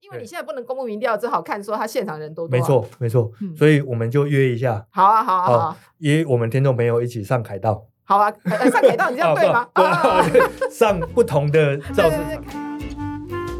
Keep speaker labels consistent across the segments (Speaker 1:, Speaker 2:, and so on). Speaker 1: 因为你现在不能公布民调，只好看说他现场人多不多、
Speaker 2: 没，错，没错
Speaker 1: 嗯。
Speaker 2: 所以我们就约一下，哦
Speaker 1: 好啊，好啊，好啊，
Speaker 2: 约我们听众朋友一起上凯道，
Speaker 1: 好啊，呃呃上铁道你 这样对吗？
Speaker 2: 对
Speaker 1: 啊啊啊
Speaker 2: 对， 上不同的造势
Speaker 1: 对对
Speaker 2: 场
Speaker 1: 对。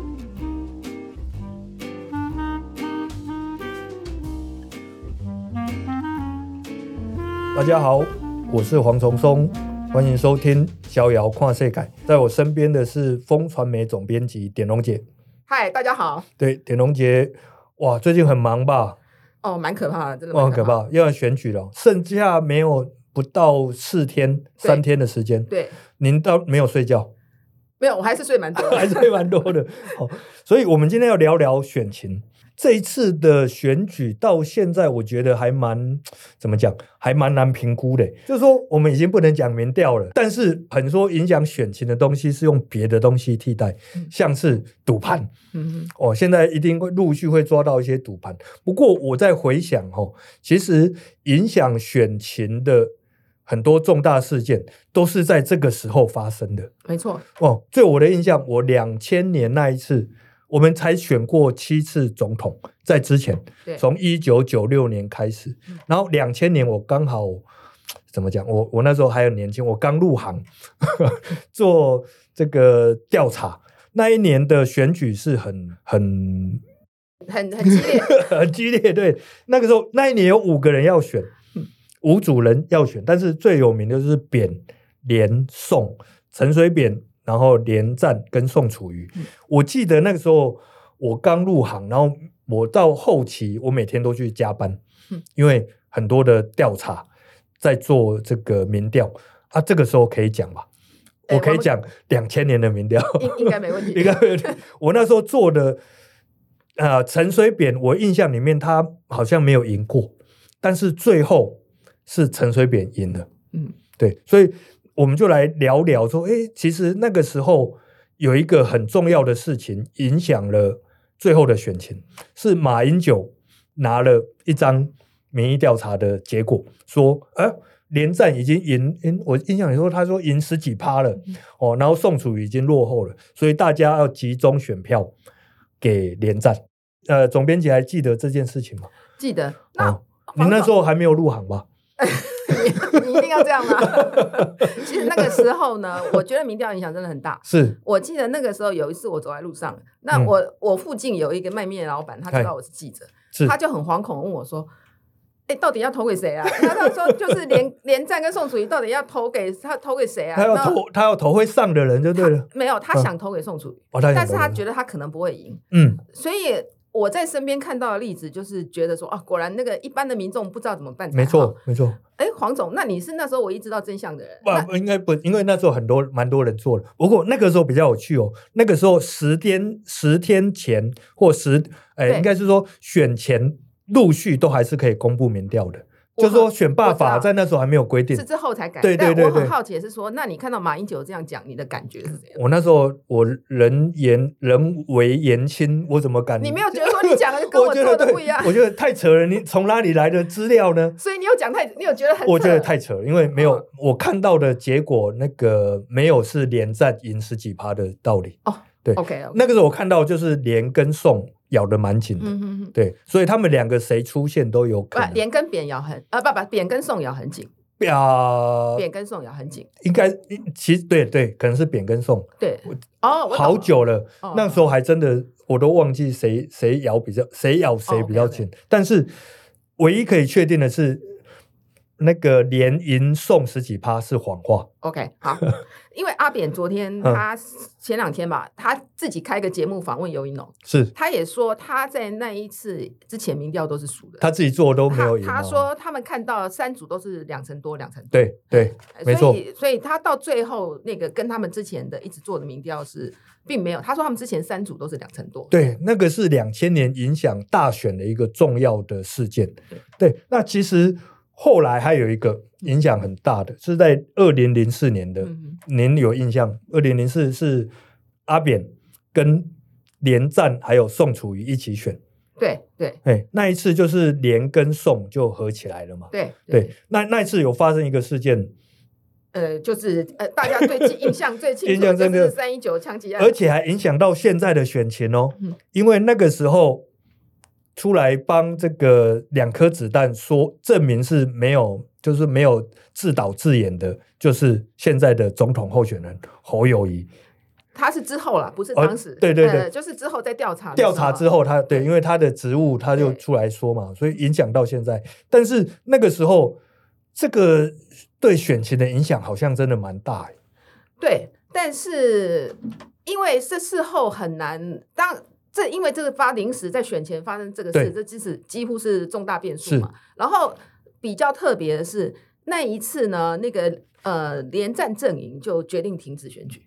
Speaker 2: 大家好，我是黄崇松，欢迎收听《逍遥跨世改》。在我身边的是风传媒总编辑典龙姐。
Speaker 1: 嗨，大家好，
Speaker 2: 对，典龙姐，哇，最近很忙吧？
Speaker 1: 哦，蛮可怕的，真的
Speaker 2: 哇，
Speaker 1: 蛮
Speaker 2: 很可。怕，又要选举了，剩下没有不到四天、三天的时间，
Speaker 1: 对，
Speaker 2: 您到没有睡觉，
Speaker 1: 没有，我还是睡蛮多的。 嗯
Speaker 2: 还是会蛮多的。好，所以我们今天要聊聊选情。这一次的选举到现在，我觉得还蛮怎么讲，还蛮难评估的。就是说，我们已经不能讲民调了，但是很多影响选情的东西是用别的东西替代
Speaker 1: 嗯，
Speaker 2: 像是赌盘。
Speaker 1: 嗯哼，
Speaker 2: 哦，现在一定会陆续会抓到一些赌盘。不过我在回想哦，其实影响选情的很多重大事件都是在这个时候发生的
Speaker 1: 没错，
Speaker 2: 哦。对我的印象，我两千年那一次，我们才选过七次总统，在之前
Speaker 1: 对，
Speaker 2: 从一九九六年开始，然后两千年我刚好。怎么讲？我我那时候还很年轻，我刚入行 做这个调查。那一年的选举是很很
Speaker 1: 很很激 烈。
Speaker 2: 很激烈。对，那个时候那一年有五个人要选，五组人要选，但是最有名的就是扁、连、宋、陈水扁，然后连战跟宋楚瑜。
Speaker 1: 嗯
Speaker 2: 我记得那个时候我刚入行，然后我到后期我每天都去加班
Speaker 1: 嗯，
Speaker 2: 因为很多的调查在做这个民调啊，这个时候可以讲吧。
Speaker 1: 哎
Speaker 2: 我可
Speaker 1: 我
Speaker 2: 以
Speaker 1: 们
Speaker 2: 讲两千年的民调，
Speaker 1: 应应该没 问题
Speaker 2: 应该没有问题我那时候做的，呃，陈水扁，我印象里面他好像没有赢过，但是最后是陈水扁赢了。
Speaker 1: 嗯，
Speaker 2: 对，所以我们就来聊聊说，诶，其实那个时候有一个很重要的事情影响了最后的选情，是马英九拿了一张民意调查的结果，说，呃。连战已经赢，赢我印象里说，他说赢十几趴了，哦，然后宋楚瑜已经落后了，所以大家要集中选票给连战。呃，总编辑还记得这件事情吗？
Speaker 1: 记得那
Speaker 2: 哦，你那时候还没有入行吧？
Speaker 1: 你你一定要这样 吗？ 其实那个时候呢，我觉得民调影响真的很大。
Speaker 2: 是，
Speaker 1: 我记得那个时候有一次我走在路上，那
Speaker 2: 嗯
Speaker 1: 我、我附近有一个卖面的老板，他知道我是记者，
Speaker 2: 是
Speaker 1: 他就很惶恐地问我说：“哎、到底要投给谁啊？”他他说就是连 连战跟宋楚瑜到底要投给他投给谁啊？
Speaker 2: 他要
Speaker 1: 然后
Speaker 2: 投，他要投会上的人就对了。
Speaker 1: 没有，他
Speaker 2: 嗯
Speaker 1: 想投给宋楚瑜，
Speaker 2: 哦，他
Speaker 1: 但是他觉
Speaker 2: 得，
Speaker 1: 得他可能不会赢，
Speaker 2: 嗯，
Speaker 1: 所以。我在身边看到的例子，就是觉得说啊，果然那个一般的民众不知道怎么办才好
Speaker 2: 没错，。没错。
Speaker 1: 哎，黄总，那你是那时候唯一知道真相的人，那
Speaker 2: 不，应该不，因为那时候很多蛮多人做了。不过那个时候比较有趣哦，那个时候十天十天前或十，哎，
Speaker 1: 对
Speaker 2: 应该是说选前陆续都还是可以公布民调的，
Speaker 1: 我
Speaker 2: 就是说
Speaker 1: 很
Speaker 2: 选罢
Speaker 1: 我知道
Speaker 2: 法在那时候还没有规定
Speaker 1: 是。之后才改。
Speaker 2: 对对
Speaker 1: 但
Speaker 2: 对
Speaker 1: 我很
Speaker 2: 对
Speaker 1: 好奇的是说，那你看到马英九这样讲，你的感觉是怎样？
Speaker 2: 我那时候我人言人为言轻，我怎么敢？
Speaker 1: 你没有觉 得说你讲的跟我
Speaker 2: 觉
Speaker 1: 做
Speaker 2: 得
Speaker 1: 的
Speaker 2: 对
Speaker 1: 不一样，
Speaker 2: 我觉得太扯了。你从哪里来的资料呢？
Speaker 1: 所以你有讲太，你有觉得很
Speaker 2: 我
Speaker 1: 扯嗯
Speaker 2: 觉得太扯了，因为没有、我看到的结果，那个没有是连战赢十几趴的道理。
Speaker 1: OK OK，
Speaker 2: 那个时候我看到就是连跟宋咬得蛮紧的，
Speaker 1: 嗯哼哼。
Speaker 2: 对，所以他们两个谁出现都有
Speaker 1: 不
Speaker 2: 可，能。
Speaker 1: 啊连跟扁咬很啊，不不，扁跟宋咬很紧，
Speaker 2: 啊，
Speaker 1: 扁跟宋咬很紧。
Speaker 2: 应该其实对对，可能是扁跟宋，
Speaker 1: 对，哦，我懂
Speaker 2: 好
Speaker 1: 了，
Speaker 2: 久了，
Speaker 1: 哦
Speaker 2: 那时候还真的我都忘记谁谁咬比较谁咬
Speaker 1: 哦
Speaker 2: 谁比较紧，但是唯一可以确定的是，那个连赢宋十几趴是谎话，
Speaker 1: OK 好， 因为阿扁昨天
Speaker 2: 嗯
Speaker 1: 他前两天吧，他自己开个节目访问尤一农，
Speaker 2: 是
Speaker 1: 他也说他在那一次之前民调都是输的，
Speaker 2: 他自己做都没有赢、哦
Speaker 1: 他他说他们看到三组都是两成多，两成多。
Speaker 2: 对对，没
Speaker 1: 哎
Speaker 2: 错
Speaker 1: 所以，所以他到最后那个跟他们之前的一直做的民调是，并没有。他说他们之前三组都是两成多，
Speaker 2: 对，那个是两千年影响大选的一个重要的事件。对，那其实后来还有一个影响很大的，是在二零零四年的，
Speaker 1: 嗯，
Speaker 2: 您有印象？二零零四是阿扁跟连战还有宋楚瑜一起选，
Speaker 1: 对对
Speaker 2: 哎，那一次就是连跟宋就合起来了嘛。
Speaker 1: 对
Speaker 2: 对，那那一次有发生一个事件，
Speaker 1: 呃，就是呃，大家最记印象最清
Speaker 2: 印
Speaker 1: 楚的
Speaker 2: 象深刻
Speaker 1: 就是三一九枪击案，
Speaker 2: 而且还影响到现在的选情哦
Speaker 1: 啊嗯，
Speaker 2: 因为那个时候出来帮这个两颗子弹说证明是没有，就是没有自导自演的，就是现在的总统候选人侯友谊。
Speaker 1: 他是之后啦，不是
Speaker 2: 哦
Speaker 1: 当时，
Speaker 2: 对对
Speaker 1: 呃
Speaker 2: 对
Speaker 1: 就是之后在调查的
Speaker 2: 调
Speaker 1: 时
Speaker 2: 查
Speaker 1: 候
Speaker 2: 之后他，对，因为他的职务他就
Speaker 1: 对
Speaker 2: 出来说嘛，所以影响到现在。但是那个时候，这个对选情的影响好像真的蛮大欸。
Speaker 1: 对，但是因为这事后很难，当这因为这个发临时在选前发生这个
Speaker 2: 对
Speaker 1: 事，这即使几乎是重大变数
Speaker 2: 是
Speaker 1: 嘛。然后比较特别的是，那一次呢，那个呃联战阵营就决定停止选举。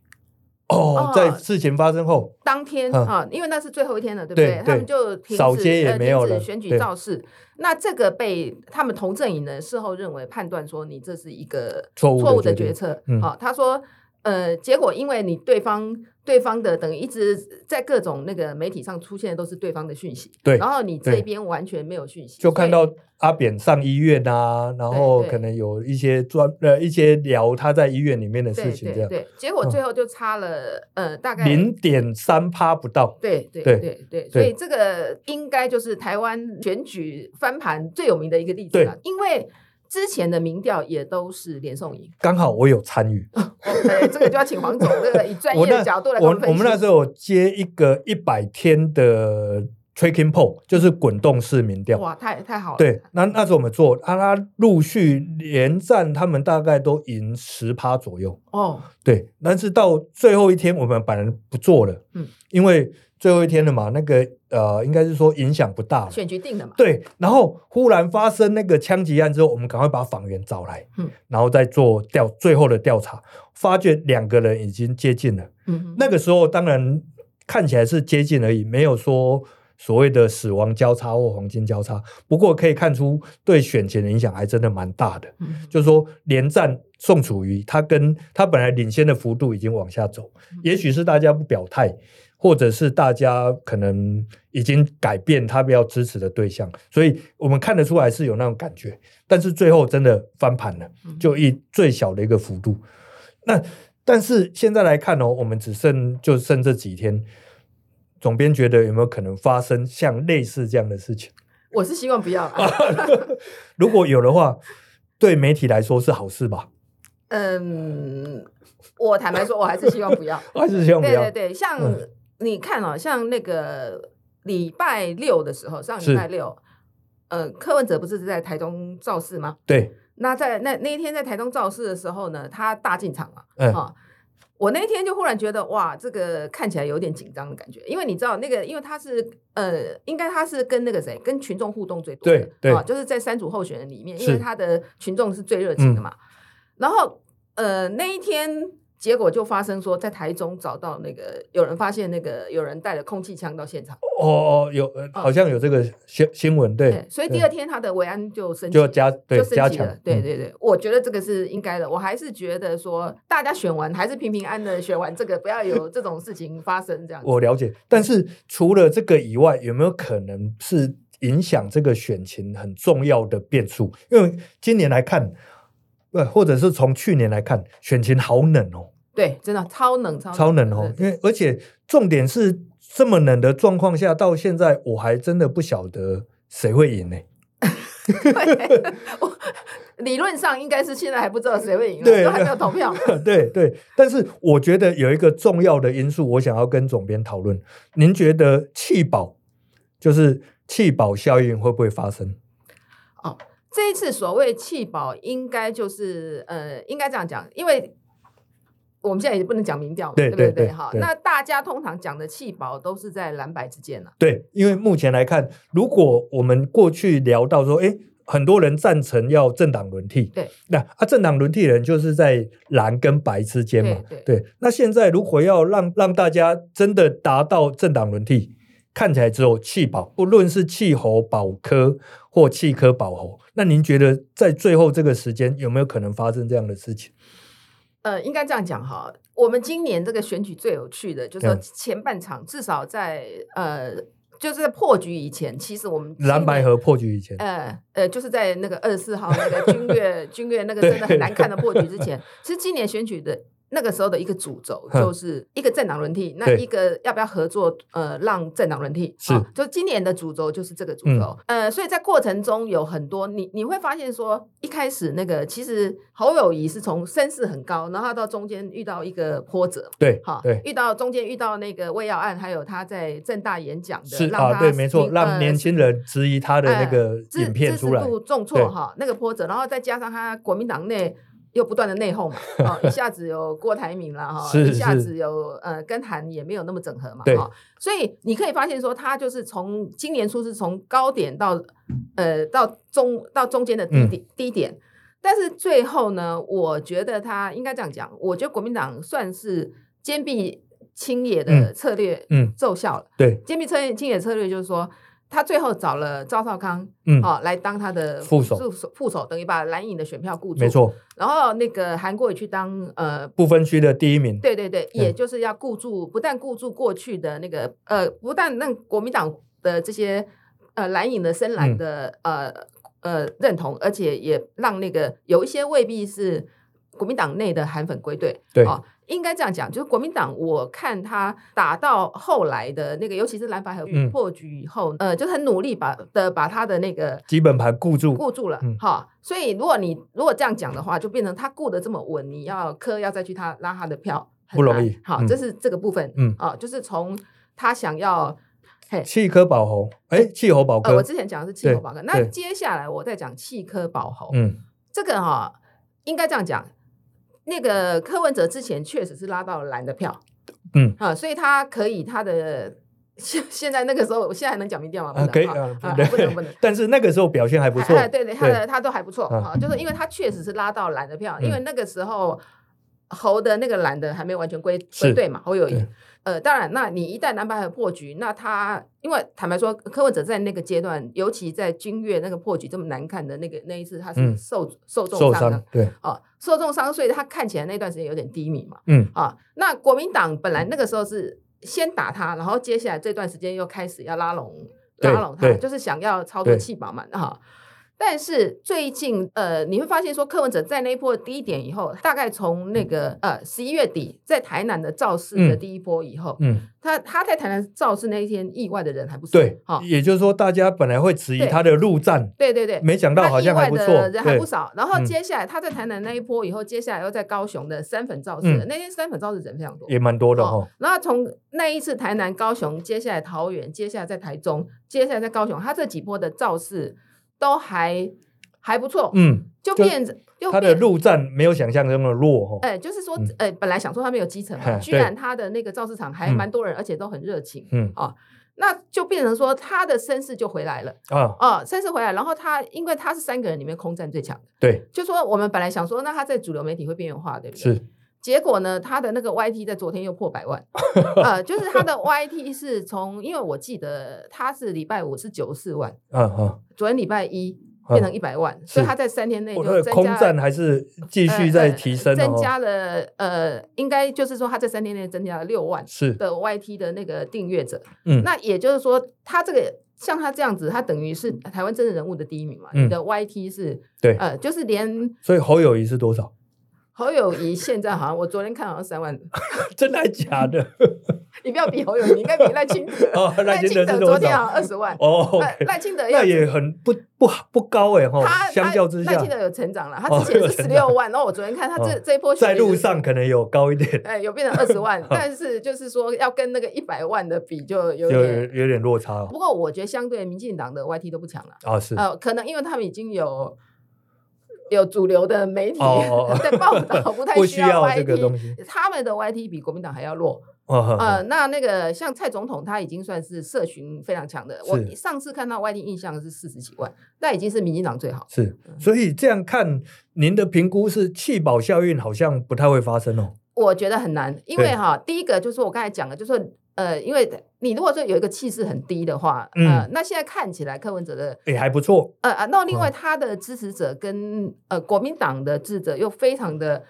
Speaker 1: 哦，
Speaker 2: 哦在事情发生后，
Speaker 1: 当天
Speaker 2: 嗯
Speaker 1: 啊，因为那是最后一天了，对不
Speaker 2: 对
Speaker 1: 他
Speaker 2: 对
Speaker 1: 们就停
Speaker 2: 扫
Speaker 1: 止
Speaker 2: 街也
Speaker 1: 呃
Speaker 2: 没有
Speaker 1: 停止
Speaker 2: 了
Speaker 1: 选举
Speaker 2: 对
Speaker 1: 造势。那这个被他们同阵营的事后认为判断说你这是一个
Speaker 2: 错误的
Speaker 1: 的
Speaker 2: 决定
Speaker 1: 决策。好、
Speaker 2: 嗯
Speaker 1: 他说呃，结果因为你对方对方的等于一直在各种那个媒体上出现的都是对方的讯息，
Speaker 2: 对
Speaker 1: 然后你这
Speaker 2: 对
Speaker 1: 边完全没有讯息，
Speaker 2: 就看
Speaker 1: 所以
Speaker 2: 到阿扁上医院啊，然后
Speaker 1: 对对
Speaker 2: 可能有一些专呃一些聊他在医院里面的
Speaker 1: 对
Speaker 2: 事情，这
Speaker 1: 对
Speaker 2: 样
Speaker 1: 对，结果
Speaker 2: 嗯
Speaker 1: 最后就差了、呃大概
Speaker 2: 零点三趴不到。
Speaker 1: 对对
Speaker 2: 对
Speaker 1: 对对，所
Speaker 2: 对
Speaker 1: 以这个应该就是台湾选举翻盘最有名的一个例子了，因为。之前的民调也都是连宋赢，
Speaker 2: 刚好我有参与，
Speaker 1: 哦对，这个就要请黄总这 个以专
Speaker 2: 我
Speaker 1: 业
Speaker 2: 那
Speaker 1: 的角度来
Speaker 2: 我
Speaker 1: 帮分析
Speaker 2: 我们那时候有接一个一百天的 tracking poll，就是滚动式民调。
Speaker 1: 哇，太太好了，
Speaker 2: 对，那那时候我们做，啊，他陆续连战，他们大概都赢十趴左右。
Speaker 1: 哦，
Speaker 2: 对，但是到最后一天，我们反而不做了，
Speaker 1: 嗯，
Speaker 2: 因为最后一天了嘛，那个呃，应该是说影响不大了。
Speaker 1: 选举定了嘛，
Speaker 2: 对，然后忽然发生那个枪击案之后，我们赶快把访员找来，
Speaker 1: 嗯
Speaker 2: 然后再做调最后的调查，发觉两个人已经接近了。
Speaker 1: 嗯哼，
Speaker 2: 那个时候当然看起来是接近而已，没有说所谓的死亡交叉或黄金交叉。不过可以看出，对选情的影响还真的蛮大的。
Speaker 1: 嗯哼
Speaker 2: 就是说，连战宋楚瑜，他跟他本来领先的幅度已经往下走
Speaker 1: 嗯，
Speaker 2: 也许是大家不表态，或者是大家可能已经改变他们要支持的对象，所以我们看得出来是有那种感觉，但是最后真的翻盘了，
Speaker 1: 嗯
Speaker 2: 就以最小的一个幅度。那但是现在来看哦，我们只剩就剩这几天，总编觉得有没有可能发生像类似这样的事情？
Speaker 1: 我是希望不要啦，
Speaker 2: 如果有的话，对媒体来说是好事吧？
Speaker 1: 嗯，我坦白说，我还是希望不要，
Speaker 2: 还是 希望不
Speaker 1: 对
Speaker 2: 要。
Speaker 1: 对对，像
Speaker 2: 嗯
Speaker 1: 你看哦，像那个礼拜六的时候，上
Speaker 2: 是
Speaker 1: 礼拜六，呃，柯文哲不是在台中造势吗？
Speaker 2: 对，
Speaker 1: 那在那那一天在台中造势的时候呢，他大进场啊，
Speaker 2: 嗯，
Speaker 1: 啊、我那一天就忽然觉得哇，这个看起来有点紧张的感觉，因为你知道那个，因为他是呃，应该他是跟那个谁，跟群众互动最多的，
Speaker 2: 对对
Speaker 1: 啊，就是在三组候选人里面，因为
Speaker 2: 是嗯
Speaker 1: 他的群众是最热情的嘛。然后呃，那一天结果就发生说，在台中找到那个有人发现那个有人带了空气枪到现场，
Speaker 2: 哦哦，有，呃
Speaker 1: 啊
Speaker 2: 好像有这个新新闻，对，
Speaker 1: 哎所以第二天他的维安就升级
Speaker 2: 就
Speaker 1: 了。
Speaker 2: 加对
Speaker 1: 就升
Speaker 2: 加
Speaker 1: 级
Speaker 2: 强
Speaker 1: 了，，对
Speaker 2: 嗯，
Speaker 1: 对对，我觉得这个是应该的。我还是觉得说，大家选完还是平平安的选完这个，不要有这种事情发生这样子。
Speaker 2: 我了解。但是除了这个以外，有没有可能是影响这个选情很重要的变数？因为今年来看，呃，或者是从去年来看，选情好冷哦，
Speaker 1: 对，真的超冷，超
Speaker 2: 超冷哦。因为而且重点是这么冷的状况下，到现在我还真的不晓得谁会赢呢、
Speaker 1: 对对我理论上应该是现在还不知道谁会赢了，
Speaker 2: 对
Speaker 1: 都还没有投 票。
Speaker 2: 对对，但是我觉得有一个重要的因素，我想要跟总编讨论。您觉得弃保就是弃保效应会不会发生？
Speaker 1: 这一次所谓弃保，应该就是呃，应该这样讲，因为我们现在也不能讲民调嘛，
Speaker 2: 对
Speaker 1: 不
Speaker 2: 对对
Speaker 1: 哈，
Speaker 2: 对
Speaker 1: 那大家通常讲的弃保都是在蓝白之间啊了、
Speaker 2: 对，因为目前来看，如果我们过去聊到说，诶，很多人赞成要政党轮替，
Speaker 1: 对，
Speaker 2: 那啊，政党轮替的人就是在蓝跟白之间嘛，
Speaker 1: 对
Speaker 2: 那现在如果要让让大家真的达到政党轮替，看起来只有弃保，不论是弃侯保科或弃科保侯，那您觉得在最后这个时间有没有可能发生这样的事情？
Speaker 1: 呃，应该这样讲哈，我们今年这个选举最有趣的，就是说
Speaker 2: 嗯
Speaker 1: 前半场至少在呃就是在破局以前，其实我们今
Speaker 2: 蓝白
Speaker 1: 年
Speaker 2: 河破局以前，
Speaker 1: 呃呃，就是在那个二十四号那 个军乐军乐那个真的很难看的破局之前，其实今年选举的那个时候的一个主轴
Speaker 2: 嗯
Speaker 1: 就是一个政党轮替，那
Speaker 2: 对
Speaker 1: 一个要不要合作，呃，让政党轮替
Speaker 2: 是嗯
Speaker 1: 啊就今年的主轴就是这个主轴，呃，所以在过程中有很多你你会发现说，一开始那个其实侯友谊是从声势很高，然后他到中间遇到一个波折，
Speaker 2: 对
Speaker 1: 哈，
Speaker 2: 对，
Speaker 1: 遇到中间遇到那个魏耀案，还有他在政大演讲的，
Speaker 2: 是
Speaker 1: 让
Speaker 2: 啊，
Speaker 1: 他
Speaker 2: 对，没错，
Speaker 1: 民
Speaker 2: 让
Speaker 1: 呃
Speaker 2: 年轻人质疑他的那
Speaker 1: 呃
Speaker 2: 个
Speaker 1: 支
Speaker 2: 影片
Speaker 1: 支持
Speaker 2: 出来，
Speaker 1: 度重
Speaker 2: 对
Speaker 1: 挫哈，那个波折，然后再加上他国民党内又不断的内讧 嘛，哦，一下子有郭台铭啦哈，
Speaker 2: 是
Speaker 1: 一下
Speaker 2: 是
Speaker 1: 子有呃跟韩也没有那么整合嘛，
Speaker 2: 对
Speaker 1: 哈，所以你可以发现说，他就是从今年初是从高点到呃到中到中间的低
Speaker 2: 嗯
Speaker 1: 点、低点。但是最后呢，我觉得他应该这样讲，我觉得国民党算是坚壁清野的
Speaker 2: 嗯
Speaker 1: 策略
Speaker 2: 嗯，
Speaker 1: 奏效了。
Speaker 2: 对，
Speaker 1: 坚壁清野清野策略就是说，他最后找了赵少康，
Speaker 2: 嗯，
Speaker 1: 哦，来当他的
Speaker 2: 副手
Speaker 1: 副手，副手等于把蓝营的选票固住，
Speaker 2: 没。错，
Speaker 1: 然后那个韩国瑜去当呃，
Speaker 2: 不分区的第一名，
Speaker 1: 对对对，
Speaker 2: 嗯
Speaker 1: 也就是要固住，不但固住过去的那个呃，不但让国民党的这些呃蓝营的深蓝
Speaker 2: 嗯
Speaker 1: 的、呃呃认同，而且也让那个有一些未必是国民党内的韩粉归队，
Speaker 2: 对
Speaker 1: 哦，应该这样讲，就是国民党，我看他打到后来的那个，尤其是蓝白合
Speaker 2: 嗯
Speaker 1: 破局以后，呃，就很努力把的把他的那个
Speaker 2: 基本盘固住，
Speaker 1: 顾住了
Speaker 2: 嗯，
Speaker 1: 哈、所以如果你如果这样讲的话，就变成他顾得这么稳，你要科要再去他拉他的票很
Speaker 2: 不容
Speaker 1: 难
Speaker 2: 易
Speaker 1: 好，
Speaker 2: 嗯
Speaker 1: 这是这个部分，
Speaker 2: 嗯
Speaker 1: 啊，就是从他想要，嘿，
Speaker 2: 弃科保侯，哎，弃侯保
Speaker 1: 呃，我
Speaker 2: 科，
Speaker 1: 之前讲的是气候保科，那
Speaker 2: 对
Speaker 1: 接下来我再讲气科保侯，
Speaker 2: 嗯，
Speaker 1: 这个哈、应该这样讲，那个柯文哲之前确实是拉到了蓝的票，
Speaker 2: 嗯
Speaker 1: 啊，所以他可以他的现现在那个时候，我现在还能讲民调吗？不
Speaker 2: 啊，
Speaker 1: 能，
Speaker 2: 可以
Speaker 1: 哈
Speaker 2: 啊
Speaker 1: 啊，
Speaker 2: 对
Speaker 1: 不能不能。
Speaker 2: 但是那个时候表现 还不错
Speaker 1: 哎，哎对对，他的他都还不错
Speaker 2: 嗯
Speaker 1: 哈、就是因为他确实是拉到蓝的票，
Speaker 2: 嗯
Speaker 1: 因为那个时候侯的那个蓝的还没有完全归
Speaker 2: 是
Speaker 1: 归队嘛，侯友谊
Speaker 2: 对。
Speaker 1: 呃，当然，那你一旦蓝白合破局，那他因为坦白说，柯文哲在那个阶段，尤其在军乐那个破局这么难看的那个那一次，他是
Speaker 2: 嗯
Speaker 1: 受、受重
Speaker 2: 受
Speaker 1: 伤的
Speaker 2: 伤，对，
Speaker 1: 啊、受重伤，所以他看起来那段时间有点低迷嘛。
Speaker 2: 嗯，
Speaker 1: 啊，那国民党本来那个时候是先打他，然后接下来这段时间又开始要拉拢
Speaker 2: 对
Speaker 1: 拉拢他，
Speaker 2: 对
Speaker 1: 就是想要操作
Speaker 2: 对
Speaker 1: 气保嘛哈、但是最近呃，你会发现说柯文哲在那一波低点以后，大概从那个呃十一月底在台南的造势的
Speaker 2: 嗯
Speaker 1: 第一波以后，
Speaker 2: 嗯，
Speaker 1: 他他在台南造势那一天意外的人还不少，
Speaker 2: 对
Speaker 1: 哈、，
Speaker 2: 也就是说，大家本来会质疑
Speaker 1: 对
Speaker 2: 他的陆战，
Speaker 1: 对对对，
Speaker 2: 没想到
Speaker 1: 他
Speaker 2: 好像
Speaker 1: 意外
Speaker 2: 还不
Speaker 1: 的
Speaker 2: 错，
Speaker 1: 人还
Speaker 2: 对
Speaker 1: 不，少。然后
Speaker 2: 嗯
Speaker 1: 接下来他在台南那一波以后，接下来又在高雄的三粉造势，
Speaker 2: 嗯
Speaker 1: 那天三粉造势人非常多，
Speaker 2: 也蛮多的
Speaker 1: 哦
Speaker 2: 哈，
Speaker 1: 然后从那一次台南、高雄，接下来桃园，接下来在台中，接下来在高雄，他这几波的造势都还还不错，
Speaker 2: 嗯，
Speaker 1: 就
Speaker 2: 就
Speaker 1: 变就
Speaker 2: 他的
Speaker 1: 变。
Speaker 2: 陆战没有想象中的弱哈，
Speaker 1: 哎、就是说
Speaker 2: 嗯，
Speaker 1: 哎、本来想说他没有基层嘛，
Speaker 2: 嗨
Speaker 1: 居然他的那个造市场还
Speaker 2: 嗯
Speaker 1: 蛮多人，而且都很热情，
Speaker 2: 嗯
Speaker 1: 那就变成说他的声势就回来了，
Speaker 2: 啊，
Speaker 1: 哦，声势回来，然后他因为他是三个人里面空战最强的，
Speaker 2: 对，
Speaker 1: 就说我们本来想说，那他在主流媒体会边缘化，对不对？
Speaker 2: 是，
Speaker 1: 结果呢，他的那个 YT 在昨天又破百 万，呃，就是他的 YT 是从，因为我记得他是礼拜五是九四万，
Speaker 2: 啊啊，
Speaker 1: 昨天礼拜一
Speaker 2: 啊
Speaker 1: 变成一百万，所以
Speaker 2: 是
Speaker 1: 他在三天内
Speaker 2: 我
Speaker 1: 就
Speaker 2: 的
Speaker 1: 增
Speaker 2: 哦空
Speaker 1: 加
Speaker 2: 战
Speaker 1: 了
Speaker 2: 还是继续在提升
Speaker 1: 呃呃
Speaker 2: 哦
Speaker 1: 增，加了呃，应该就是说他在三天内增加了六万
Speaker 2: 是，
Speaker 1: 的 YT 的那个订阅者，
Speaker 2: 嗯，
Speaker 1: 那也就是说他这个。像他这样子，他等于是台湾真人人物的第一名嘛？
Speaker 2: 嗯
Speaker 1: 你的 YT 是
Speaker 2: 对，
Speaker 1: 呃，就是连
Speaker 2: 所以侯友谊是多少？
Speaker 1: 侯友谊现在好像我昨天看好像三万，
Speaker 2: 真的还假的？
Speaker 1: 你不要比侯友宜，你应该比赖清德。
Speaker 2: 哦赖清德是多
Speaker 1: 昨
Speaker 2: 少
Speaker 1: 天好像二十万，
Speaker 2: 哦
Speaker 1: 赖
Speaker 2: ，OK，
Speaker 1: 赖清德
Speaker 2: 那
Speaker 1: 要
Speaker 2: 也很不不不高哎
Speaker 1: 他
Speaker 2: 哈，相较之
Speaker 1: 赖
Speaker 2: 下
Speaker 1: 清，德有成长了，他
Speaker 2: 哦
Speaker 1: 之前
Speaker 2: 有
Speaker 1: 是十
Speaker 2: 成
Speaker 1: 六
Speaker 2: 长
Speaker 1: 万，然后我昨天看他这
Speaker 2: 哦
Speaker 1: 这一波选
Speaker 2: 在
Speaker 1: 举
Speaker 2: 路
Speaker 1: 是。
Speaker 2: 上可能有高一点，
Speaker 1: 哎，有变成二十 万，但是就是说要跟那个一百万的比，就有
Speaker 2: 有有
Speaker 1: 点。
Speaker 2: 有点落差哦，
Speaker 1: 不过我觉得相对民进党的 YT 都不强了，
Speaker 2: 啊是，
Speaker 1: 呃，可能因为他们已经有有主流的媒体
Speaker 2: 哦哦 哦
Speaker 1: 在报道，不太
Speaker 2: 不
Speaker 1: 需
Speaker 2: 需
Speaker 1: 要
Speaker 2: 要这个东
Speaker 1: YT。
Speaker 2: 西，
Speaker 1: 他们的 YT 比国民党还要弱，
Speaker 2: 啊
Speaker 1: 呃，那那个像蔡总统，他已经算是社群非常强的。我
Speaker 2: 是
Speaker 1: 上次看到外地印象是四十几万，那已经是民进党最好。
Speaker 2: 是，所以这样看，您的评估是弃保效应好像不太会发生哦。
Speaker 1: 我觉得很难，因为
Speaker 2: 对
Speaker 1: 哈，第一个就是我刚才讲的，就是说呃，因为你如果说有一个气势很低的话，
Speaker 2: 嗯
Speaker 1: 呃，那现在看起来柯文哲的。
Speaker 2: 也还不错，
Speaker 1: 呃
Speaker 2: 嗯
Speaker 1: 啊，那另外他的支持者跟呃国民党的支持者又非常的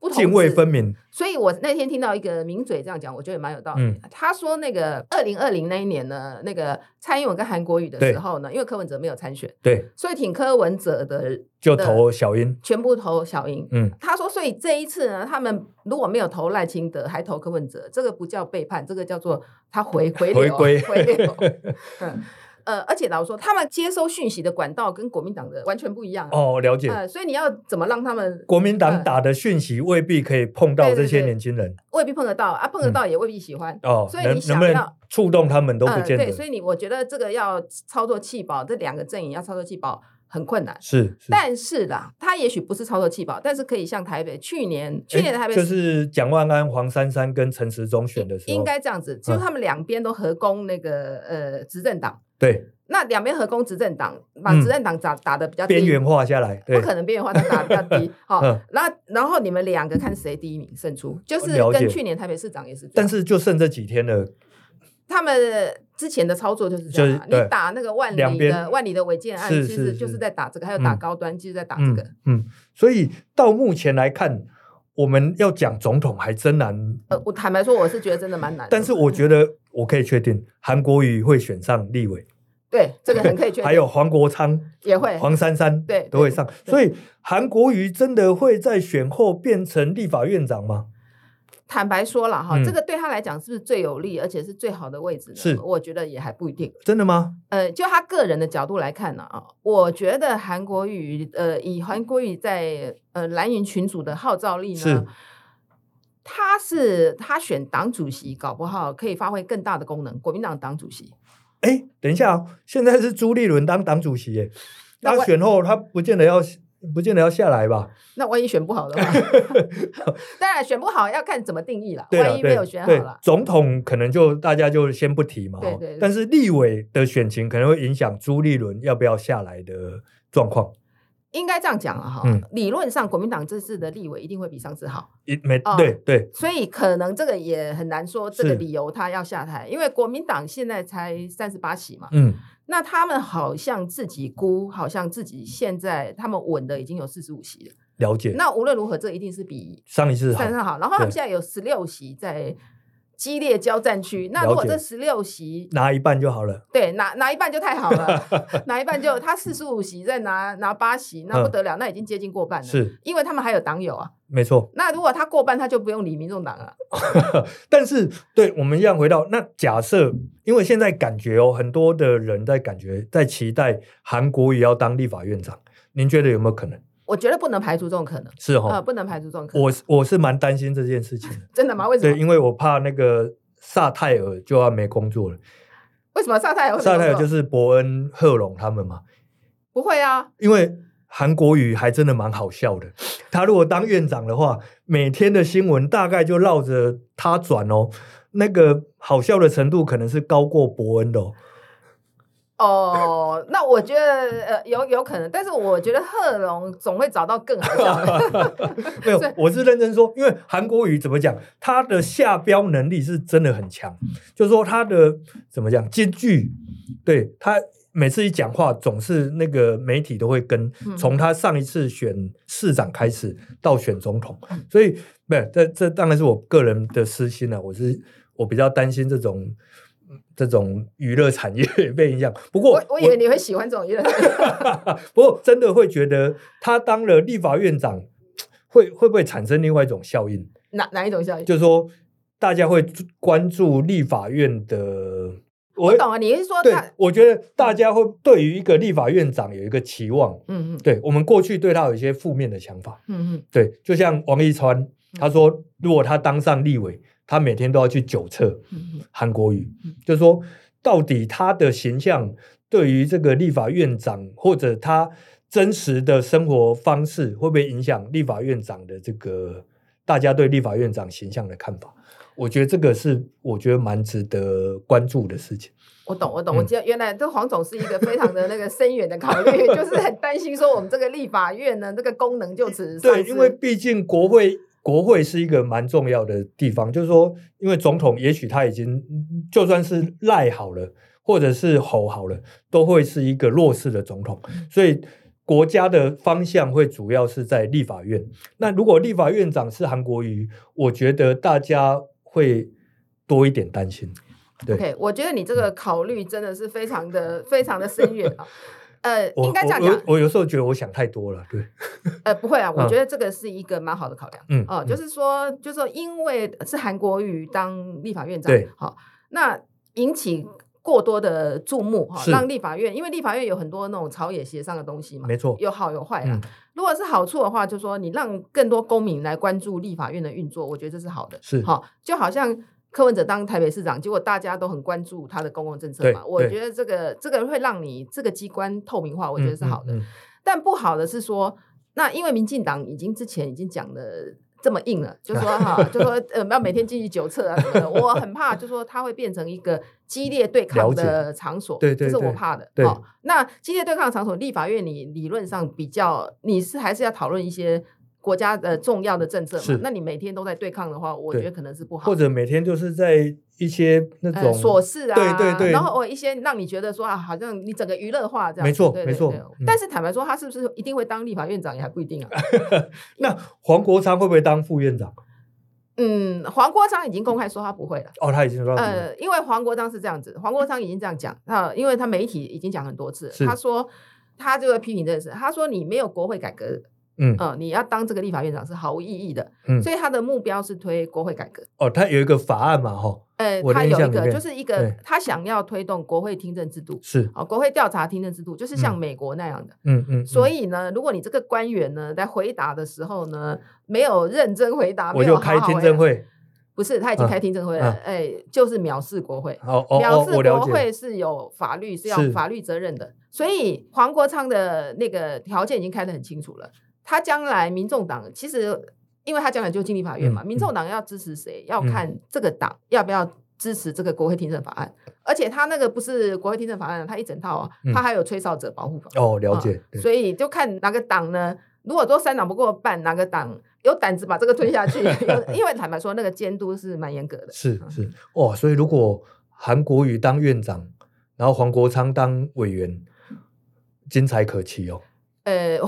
Speaker 1: 不同
Speaker 2: 泾渭
Speaker 1: 字
Speaker 2: 分明。
Speaker 1: 所以我那天听到一个名嘴这样讲，我觉得蛮有道理
Speaker 2: 嗯
Speaker 1: 的。他说那个二零二零那一年呢，那个蔡英文跟韩国瑜的时候呢，因为柯文哲没有参选，
Speaker 2: 对，
Speaker 1: 所以挺柯文哲的
Speaker 2: 就
Speaker 1: 的
Speaker 2: 投小英。
Speaker 1: 全部投小英。
Speaker 2: 嗯，
Speaker 1: 他说，所以这一次呢，他们如果没有投赖清德，还投柯文哲，这个不叫背叛，这个叫做他回回流
Speaker 2: 回归
Speaker 1: 回流。 嗯呃，而且老实说，他们接收讯息的管道跟国民党的完全不一样、啊。
Speaker 2: 哦，了解。
Speaker 1: 呃，所以你要怎么让他们
Speaker 2: 国民党
Speaker 1: 嗯
Speaker 2: 打的讯息未必可以碰到
Speaker 1: 对对
Speaker 2: 这些
Speaker 1: 对
Speaker 2: 年轻人
Speaker 1: 未必碰得到啊，碰
Speaker 2: 嗯
Speaker 1: 得到也未必喜欢。
Speaker 2: 哦，
Speaker 1: 所以你
Speaker 2: 能能
Speaker 1: 想
Speaker 2: 不能
Speaker 1: 要
Speaker 2: 触动他们都不
Speaker 1: 嗯
Speaker 2: 见
Speaker 1: 对，所
Speaker 2: 得。
Speaker 1: 以你我觉得这个要操作弃保，这两个阵营要操作弃保很困难。
Speaker 2: 是，是
Speaker 1: 但是啦，他也许不是操作弃保，但是可以像台北去年去年的台北
Speaker 2: 哎就
Speaker 1: 市
Speaker 2: 是蒋万安、黄珊珊跟陈时中选的时候，
Speaker 1: 应该这样子，
Speaker 2: 嗯
Speaker 1: 就是他们两边都合攻那个呃执政党，
Speaker 2: 对
Speaker 1: 那两边合攻执政党，把
Speaker 2: 嗯
Speaker 1: 执政党打打的比较低
Speaker 2: 边缘化下来，对
Speaker 1: 啊不，哦可能边缘化，但打的比较低。好
Speaker 2: 嗯，
Speaker 1: 然后然后你们两个看谁第一名胜出，就是
Speaker 2: 了解
Speaker 1: 跟去年台北市长也是这样，
Speaker 2: 但是就剩这几天了，
Speaker 1: 他们之前的操作就是这样啊，
Speaker 2: 就是对
Speaker 1: 你打那个万
Speaker 2: 两
Speaker 1: 里
Speaker 2: 边
Speaker 1: 的万里的违建案，
Speaker 2: 是
Speaker 1: 其
Speaker 2: 是
Speaker 1: 实
Speaker 2: 是
Speaker 1: 就是在打这个，还有打
Speaker 2: 嗯
Speaker 1: 高端，就是在打啊这
Speaker 2: 嗯
Speaker 1: 个。
Speaker 2: 嗯，所以到目前来看，我们要讲总统还真难，
Speaker 1: 呃，我坦白说，我是觉得真的蛮难的。
Speaker 2: 但是我觉得我可以确定，韩国瑜会选上立委，
Speaker 1: 对这个很可以确定，
Speaker 2: 还有黄国昌、
Speaker 1: 也会
Speaker 2: 黄珊珊
Speaker 1: 对
Speaker 2: 都会上，所以韩国瑜真的会在选后变成立法院长吗？
Speaker 1: 坦白说了哈，
Speaker 2: 嗯
Speaker 1: 这个对他来讲是不是最有利，而且是最好的位置呢？
Speaker 2: 是
Speaker 1: 我觉得也还不一定。
Speaker 2: 真的吗？
Speaker 1: 呃，就他个人的角度来看呢啊，我觉得韩国瑜呃，以韩国瑜在呃蓝营群组的号召力
Speaker 2: 是
Speaker 1: 呢。他是他选党主席，搞不好可以发挥更大的功能。国民党党主席，
Speaker 2: 哎，等一下、哦，现在是朱立伦当党主席耶，
Speaker 1: 那
Speaker 2: 他
Speaker 1: 我
Speaker 2: 选后他不见得要不见得要下来吧？
Speaker 1: 那万一选不好的 话，当然选不好要看怎么定义了。
Speaker 2: 对啦
Speaker 1: 万一没有选好
Speaker 2: 对
Speaker 1: 了，
Speaker 2: 总统可能就大家就先不提嘛。
Speaker 1: 对
Speaker 2: 哦
Speaker 1: 对对
Speaker 2: 但是立委的选情可能会影响朱立伦要不要下来的状况。
Speaker 1: 应该这样讲了啊哈。
Speaker 2: 嗯
Speaker 1: 理论上，国民党这次的立委一定会比上次好，
Speaker 2: 一没、
Speaker 1: 哦
Speaker 2: 对对
Speaker 1: 所以可能这个也很难说这
Speaker 2: 是
Speaker 1: 个理由他要下台，因为国民党现在才三十八席嘛，
Speaker 2: 嗯
Speaker 1: 那他们好像自己估，好像自己现在他们稳的已经有四十五席了。
Speaker 2: 了解。
Speaker 1: 那无论如何，这一定是比
Speaker 2: 上一次好
Speaker 1: 算上好。然后他们
Speaker 2: 对
Speaker 1: 现在有十六席在激烈交战区，那如
Speaker 2: 了
Speaker 1: 果
Speaker 2: 解
Speaker 1: 这十六席
Speaker 2: 拿一半就好了。
Speaker 1: 对，拿拿一半就太好 了，拿一半就他四十五席，再拿拿八席，那不得了，那已经接近过半了。，
Speaker 2: 嗯是
Speaker 1: 因为他们还有党友啊。
Speaker 2: 没错，
Speaker 1: 那如果他过半，他就不用理民众党了。
Speaker 2: 但是对我们一样回到那假设，因为现在感觉哦，很多的人在感觉在期待韩国瑜要当立法院长，您觉得有没有可能？
Speaker 1: 我觉得不能排除这种可能，
Speaker 2: 是
Speaker 1: 啊，
Speaker 2: 哈、
Speaker 1: 不能排除这种可能。
Speaker 2: 哦我是我是蛮担心这件 事情的，
Speaker 1: 真的吗？为什
Speaker 2: 对，
Speaker 1: 么？
Speaker 2: 因为我怕那个萨泰尔就要没工作了。
Speaker 1: 为什么萨泰尔会没
Speaker 2: 萨
Speaker 1: 哦有
Speaker 2: 泰尔
Speaker 1: 做
Speaker 2: 就是伯恩、贺龙他们嘛，
Speaker 1: 不会啊？
Speaker 2: 因为韩国语还真的蛮好笑的。他如果当院长的话，每天的新闻大概就绕着他转哦，那个好笑的程度可能是高过伯恩的、哦。
Speaker 1: 哦，那我觉得呃有有可能，但是我觉得贺龙总会找到更好笑 的。
Speaker 2: 没有
Speaker 1: 所以，
Speaker 2: 我是认真说，因为韩国语怎么讲，他的下标能力是真的很强，就是说他的怎么讲金句，对他。每次一讲话，总是那个媒体都会跟，
Speaker 1: 嗯
Speaker 2: 从他上一次选市长开始到选总统，
Speaker 1: 嗯
Speaker 2: 所以不是这这当然是我个人的私心了、我是我比较担心这种嗯这种娱乐产业 被影响。不过
Speaker 1: 我我以为你会喜欢这种人，
Speaker 2: 不过真的会觉得他当了立法院长，会会不会产生另外一种效应？
Speaker 1: 哪哪一种效应？
Speaker 2: 就是说，大家会注关注立法院的，我
Speaker 1: 我懂啊，你是说
Speaker 2: 对
Speaker 1: 他，
Speaker 2: 我觉得大家会对于一个立法院长有一个期望。
Speaker 1: 嗯嗯
Speaker 2: 对我们过去对他有一些负面的想法，
Speaker 1: 嗯嗯，
Speaker 2: 对，就像王一川，他说如果他当上立委，他每天都要去酒测
Speaker 1: 嗯嗯
Speaker 2: 韩国瑜
Speaker 1: 嗯，
Speaker 2: 就是说到底他的形象对于这个立法院长或者他真实的生活方式会不会影响立法院长的这个大家对立法院长形象的看法？我觉得这个是我觉得蛮值得关注的事情。
Speaker 1: 我懂，我懂，
Speaker 2: 嗯
Speaker 1: 我记得原来这黄总是一个非常的那个深远的考虑， 就是很担心说我们这个立法院呢，这个功能就此丧
Speaker 2: 对，
Speaker 1: 失
Speaker 2: 因为毕竟国会国会是一个蛮重要的地方，就是说，因为总统也许他已经就算是
Speaker 1: 嗯
Speaker 2: 赖好了，或者是吼好了，都会是一个弱势的总统，所以国家的方向会主要是在立法院。那如果立法院长是韩国瑜，我觉得大家会多一点担心。对嗯
Speaker 1: OK，我觉得你这个考虑真的是非常的、非常的深远 啊。呃，
Speaker 2: 我
Speaker 1: 应该这样
Speaker 2: 我
Speaker 1: 讲
Speaker 2: 我，我有时候觉得我想太多了，对，
Speaker 1: 呃，不会啊，我
Speaker 2: 嗯
Speaker 1: 觉得这个是一个蛮好的考量。
Speaker 2: 嗯
Speaker 1: 哦、
Speaker 2: 嗯
Speaker 1: 就是说，就是说，因为是韩国瑜当立法院长
Speaker 2: 对，
Speaker 1: 好、那引起过多的注目哈、
Speaker 2: 是
Speaker 1: 让立法院，因为立法院有很多那种朝野协商的东西嘛，
Speaker 2: 没错，
Speaker 1: 有好有坏啦。
Speaker 2: 嗯，
Speaker 1: 如果是好处的话，就说你让更多公民来关注立法院的运作，我觉得这是好的。
Speaker 2: 是
Speaker 1: 好、就好像柯文哲当台北市长，结果大家都很关注他的公共政策
Speaker 2: 对
Speaker 1: 嘛。我
Speaker 2: 对
Speaker 1: 觉得这个这个会让你这个机关透明化，我觉得是好的。
Speaker 2: 嗯嗯嗯
Speaker 1: 但不好的是说，那因为民进党已经之前已经讲的这么硬了，就说 哈，就说呃要每天进去酒测啊什么的，我很怕，就说它会变成一个激烈对抗的场所，
Speaker 2: 对
Speaker 1: 这
Speaker 2: 对
Speaker 1: 是我
Speaker 2: 对
Speaker 1: 怕的。
Speaker 2: 对
Speaker 1: 哦，那激烈对抗的场所，立法院你理论上比较，你是还是要讨论一些。国家的重要的政策嘛
Speaker 2: 是，
Speaker 1: 那你每天都在对抗的话，我
Speaker 2: 对
Speaker 1: 觉得可能是不好的。
Speaker 2: 或者每天就是在一些那
Speaker 1: 呃
Speaker 2: 种
Speaker 1: 琐事啊，
Speaker 2: 对对对
Speaker 1: 然后哦一些让你觉得说啊，好像你整个娱乐化这样子，
Speaker 2: 没错
Speaker 1: 对
Speaker 2: 没错
Speaker 1: 对对
Speaker 2: 嗯
Speaker 1: 但是坦白说，他是不是一定会当立法院长也还不一定啊。
Speaker 2: 那黄国昌会不会当副院长？
Speaker 1: 嗯，黄国昌已经公开说他不会了。
Speaker 2: 哦，他已经说到底了
Speaker 1: 呃，因为黄国昌是这样子，黄国昌已经这样讲，那因为他媒体已经讲很多次了，
Speaker 2: 是
Speaker 1: 他说他这个批评这件事，他说你没有国会改革，
Speaker 2: 嗯
Speaker 1: 呃，你要当这个立法院长是毫无意义的，
Speaker 2: 嗯
Speaker 1: 所以他的目标是推国会改革。
Speaker 2: 哦，他有一个法案嘛，哈，
Speaker 1: 呃，
Speaker 2: 我的
Speaker 1: 他
Speaker 2: 印
Speaker 1: 有
Speaker 2: 象
Speaker 1: 一
Speaker 2: 里
Speaker 1: 个
Speaker 2: 面
Speaker 1: 就是一个
Speaker 2: 对
Speaker 1: 他想要推动国会听证制度，
Speaker 2: 是，
Speaker 1: 哦，国会调查听证制度就是像
Speaker 2: 嗯
Speaker 1: 美国那样的。
Speaker 2: 嗯嗯，
Speaker 1: 所
Speaker 2: 以
Speaker 1: 以呢，如果你这个官员呢在回答的时候呢，没有认真回答，
Speaker 2: 我
Speaker 1: 没有好
Speaker 2: 就
Speaker 1: 好哎
Speaker 2: 开听
Speaker 1: 回答
Speaker 2: 证，会，
Speaker 1: 不是他已经
Speaker 2: 啊
Speaker 1: 开听证会了，
Speaker 2: 啊
Speaker 1: 哎、就是藐视国会，
Speaker 2: 哦哦
Speaker 1: 藐
Speaker 2: 哦，
Speaker 1: 视
Speaker 2: 我
Speaker 1: 国
Speaker 2: 了解，
Speaker 1: 会是有法律是要
Speaker 2: 是
Speaker 1: 法律责任的，所以黄国昌的那个条件已经开得很清楚了，他将来民众党其实。因为他将来就进立法院嘛，
Speaker 2: 嗯
Speaker 1: 民众党要支持谁，要看这个党要不要支持这个国会听证法案。而且他那个不是国会听证法案，他一整套啊，
Speaker 2: 嗯
Speaker 1: 他还有吹哨者保护法。
Speaker 2: 哦，了解，对
Speaker 1: 啊所以就看哪个党呢？如果说三党不过半，哪个党有胆子把这个吞 下去？有因为坦白说，那个监督是蛮严格的。
Speaker 2: 是是，哇，所以如果韩国瑜当院长，然后黄国昌当委员，精彩可期哦，
Speaker 1: 呃，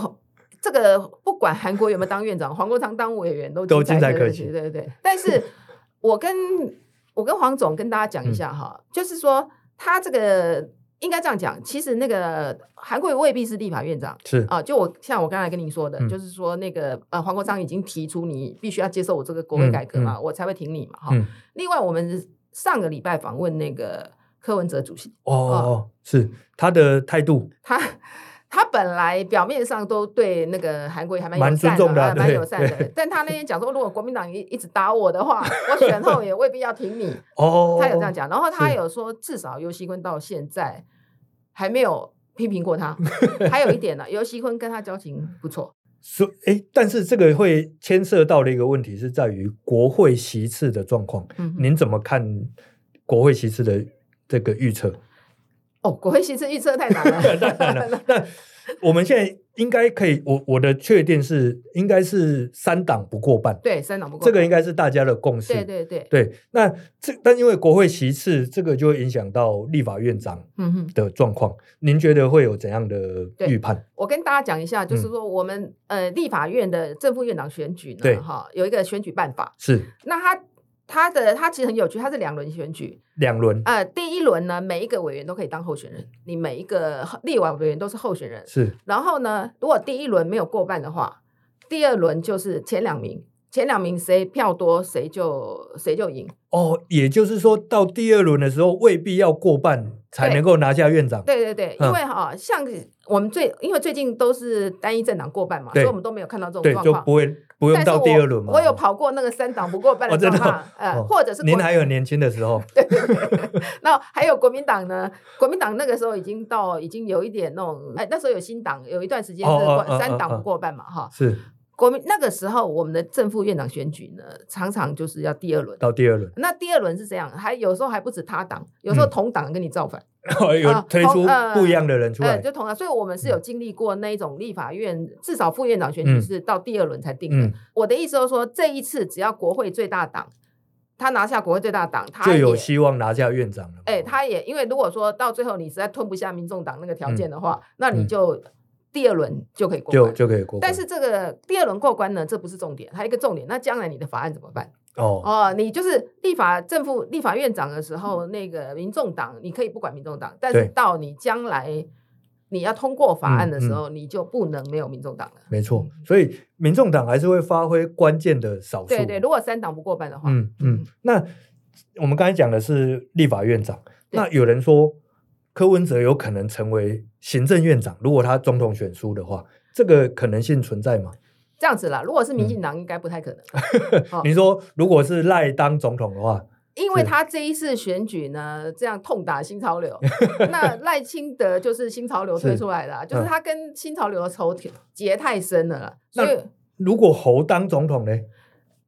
Speaker 1: 这个不管韩国有没有当院长，黄国昌当委员都
Speaker 2: 都
Speaker 1: 精
Speaker 2: 精彩
Speaker 1: 可
Speaker 2: 可
Speaker 1: 期
Speaker 2: 期
Speaker 1: 对对对。但是我跟我跟黄总跟大家讲
Speaker 2: 嗯
Speaker 1: 一下哈，就是说他这个应该这样讲，其实那个韩国瑜未必是立法院长。
Speaker 2: 是，
Speaker 1: 啊、就我像我刚才跟您说的，
Speaker 2: 嗯
Speaker 1: 就是说那个呃，黄国昌已经提出你必须要接受我这个国会
Speaker 2: 嗯
Speaker 1: 改革嘛，
Speaker 2: 嗯
Speaker 1: 我才会挺你嘛哈。
Speaker 2: 嗯，
Speaker 1: 另外，我们上个礼拜访问那个柯文哲主席，
Speaker 2: 哦哦，是他的态度，
Speaker 1: 他他本来表面上都对那个韩国瑜还蛮友
Speaker 2: 蛮尊
Speaker 1: 善的
Speaker 2: 重的
Speaker 1: 啊，蛮
Speaker 2: 对
Speaker 1: 友善的
Speaker 2: 对。
Speaker 1: 但他那天讲说，如果国民党一一直打我的话，我选后也未必要挺你。
Speaker 2: 哦，
Speaker 1: 他有这样讲，然后他
Speaker 2: 是
Speaker 1: 有说，至少尤熙坤到现在还没有批评过他。还有一点呢，尤熙坤跟他交情不错。
Speaker 2: 所哎，但是这个会牵涉到的一个问题是在于国会席次的状况，
Speaker 1: 嗯哼，
Speaker 2: 您怎么看国会席次的这个 预测？
Speaker 1: 哦，国会新生预测太难 了。
Speaker 2: 那我们现在应该可以，我我的确定是应该是三党不过半，
Speaker 1: 对，三党不过半。
Speaker 2: 这个应该是大家的共识。
Speaker 1: 对对对，
Speaker 2: 对那这但因为国会席次，这个就会影响到立法院长
Speaker 1: 嗯哼。
Speaker 2: 的状况。您觉得会有怎样的
Speaker 1: 对
Speaker 2: 预判？
Speaker 1: 我跟大家讲一下，
Speaker 2: 嗯
Speaker 1: 就是说我们、呃立法院的正副院长选举
Speaker 2: 对
Speaker 1: 呢，哈，有一个选举办法。
Speaker 2: 是
Speaker 1: 那它它的它其实很有趣，它是两轮选举。
Speaker 2: 两轮、
Speaker 1: 呃，第一轮呢，每一个委员都可以当候选人，你每一个立委委员都是候选人。
Speaker 2: 是
Speaker 1: 然后呢，如果第一轮没有过半的话，第二轮就是前两名，前两名谁票多谁就谁就赢。
Speaker 2: 哦，也就是说到第二轮的时候，未必要过半才
Speaker 1: 对
Speaker 2: 能够拿下院长。
Speaker 1: 对对对，
Speaker 2: 嗯
Speaker 1: 因为哈、像我们最因为最近都是单一政党过半嘛，所
Speaker 2: 对
Speaker 1: 以我们都没有看到这种
Speaker 2: 对，
Speaker 1: 状
Speaker 2: 就
Speaker 1: 况。
Speaker 2: 不会不
Speaker 1: 但
Speaker 2: 用
Speaker 1: 是
Speaker 2: 到
Speaker 1: 我
Speaker 2: 第二轮嘛。
Speaker 1: 我有
Speaker 2: 哦
Speaker 1: 跑过那个三党不过半的
Speaker 2: 哦真的
Speaker 1: 状
Speaker 2: 哦
Speaker 1: 况，呃，
Speaker 2: 哦
Speaker 1: 或者是国
Speaker 2: 您还有年轻的时候，
Speaker 1: 那还有国民党呢？国民党那个时候已经到已经有一点那种，哎，那时候有新党，有一段时间
Speaker 2: 哦
Speaker 1: 是
Speaker 2: 哦哦
Speaker 1: 国三
Speaker 2: 哦
Speaker 1: 党
Speaker 2: 哦
Speaker 1: 不过半嘛，哈。
Speaker 2: 是
Speaker 1: 国民那个时候我们的正副院长选举呢，常常就是要第二轮。
Speaker 2: 到第 二轮，
Speaker 1: 那第二轮是这样，还有时候还不止他党，有时候
Speaker 2: 嗯
Speaker 1: 同党跟你造反，
Speaker 2: 有推出
Speaker 1: 同哦呃
Speaker 2: 不一样的人出
Speaker 1: 哎，
Speaker 2: 来。
Speaker 1: 就同党。所以我们是有经历过那一种立法院，至少副院长选举
Speaker 2: 嗯
Speaker 1: 是到第二轮才定的
Speaker 2: 嗯。，
Speaker 1: 我的意思就是说，这一次只要国会最大党，他拿下国会最大党，他
Speaker 2: 就
Speaker 1: 也
Speaker 2: 有希望拿下院长
Speaker 1: 哎
Speaker 2: 了。
Speaker 1: 哎、他也因为如果说到最后你实在吞不下民众党那个条件的话，那你就第二轮就可以过
Speaker 2: 嗯就
Speaker 1: 关。
Speaker 2: 就可以过关。
Speaker 1: 但是这个第二轮过关呢，这不是重点，还有一个重点，那将来你的法案怎么办？
Speaker 2: 哦，嗯
Speaker 1: 哦，你就是立法政府立法院长的时候，那个民众党你可以不管民众党，但是
Speaker 2: 对嗯
Speaker 1: 到你将来你要通过法案的时候，你就不能没有民众党了。
Speaker 2: 没错，所以民众党还是会发挥关键的少数。
Speaker 1: 对对，如果三党不过半的话，
Speaker 2: 嗯嗯
Speaker 1: 嗯。
Speaker 2: 那我们刚才讲的是立法院长，
Speaker 1: 对
Speaker 2: 那有人说柯文哲有可能成为行政院长，如果他总统选输的话，这个可能性存在吗？
Speaker 1: 这样子啦。如果是
Speaker 2: 嗯
Speaker 1: 民进党，应该不太可能，哦
Speaker 2: 你说如果是赖当总统的话，
Speaker 1: 因为
Speaker 2: 是
Speaker 1: 他这一次选举呢，这样痛打新潮 流。那赖清德就是新潮流推
Speaker 2: 是
Speaker 1: 出来的啊、就是
Speaker 2: 嗯
Speaker 1: 他跟新潮流的仇结太深了啦，所
Speaker 2: 那
Speaker 1: 以。
Speaker 2: 如果侯当总统呢？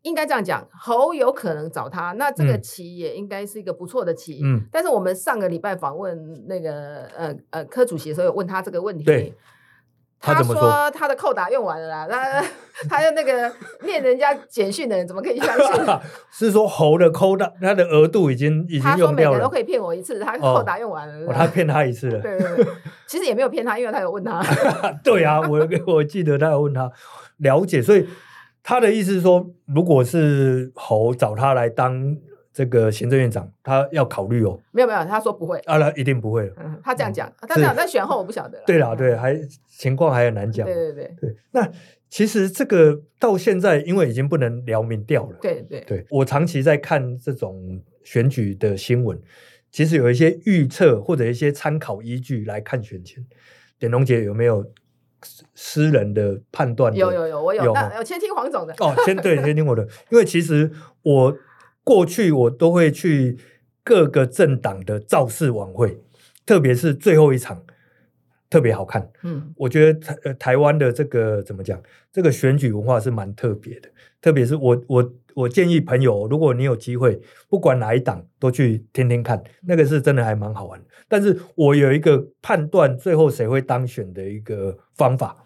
Speaker 1: 应该这样讲，侯有可能找他，那这个
Speaker 2: 嗯
Speaker 1: 棋也应该是一个不错的棋。
Speaker 2: 嗯，
Speaker 1: 但是我们上个礼拜访问那个呃呃柯主席的时候，有问他这个问题，
Speaker 2: 对他
Speaker 1: 他
Speaker 2: 怎么说
Speaker 1: 说他的扣打用完了啦，他他就那个念人家简讯的人怎么可以相 信？
Speaker 2: 是说侯的扣到他的额度已经已
Speaker 1: 他
Speaker 2: 经
Speaker 1: 说
Speaker 2: 用
Speaker 1: 每
Speaker 2: 掉
Speaker 1: 个人
Speaker 2: 了
Speaker 1: 都，可以骗我一次，他
Speaker 2: 哦
Speaker 1: 扣打用完了。
Speaker 2: 哦他骗他一次了。
Speaker 1: 对对对，其实也没有骗他，因为他有问他，
Speaker 2: 对啊，我我记得他有问他了解，所以他的意思是说，如果是侯找他来当这个行政院长，他要考虑哦，
Speaker 1: 没有没有，他说不会，
Speaker 2: 啊，那一定不会了。
Speaker 1: 嗯他这样讲，他
Speaker 2: 是
Speaker 1: 这样在选后我不晓得啦。
Speaker 2: 对啦，对，还情况还很难
Speaker 1: 对
Speaker 2: 讲。
Speaker 1: 啊对对
Speaker 2: 对，那其实这个到现在，因为已经不能聊民调了。
Speaker 1: 对对，
Speaker 2: 对我长期在看这种选举的新闻，其实有一些预测或者一些参考依据来看选情。点龙姐有没有私私人的判断的？
Speaker 1: 有有有，我有
Speaker 2: 有
Speaker 1: 那
Speaker 2: 哦
Speaker 1: 有先听黄总的，
Speaker 2: 哦，先对，先听我的，因为其实我过去我都会去各个政党的造势晚会，特别是最后一场特别好看。
Speaker 1: 嗯
Speaker 2: 我觉得台、呃、台湾的这个怎么讲，这个选举文化是蛮特别的，特别是我我我建议朋友，如果你有机会，不管哪一党都去听听看，那个是真的还蛮好玩的。但是我有一个判断最后谁会当选的一个方法，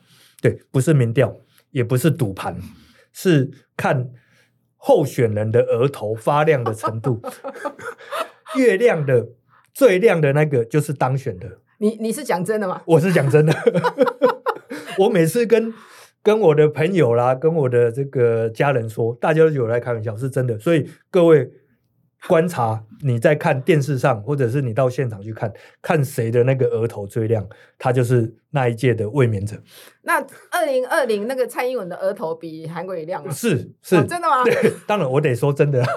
Speaker 2: 对，不是民调，也不是赌盘，是看候选人的额头发亮的程度，越亮的最亮的那个就是当选的。
Speaker 1: 你你是讲真的吗？
Speaker 2: 我是讲真的， 我每次跟跟我的朋友啦，跟我的这个家人说，大家都有来开玩笑，是真的。所以各位观察，你在看电视上，或者是你到现场去看，看谁的那个额头最亮，他就是那一届的卫冕者。
Speaker 1: 那二零二零那个蔡英文的额头比韩国瑜亮吗？
Speaker 2: 是是、
Speaker 1: 哦真的吗？
Speaker 2: 对，当然我得说真 的啦，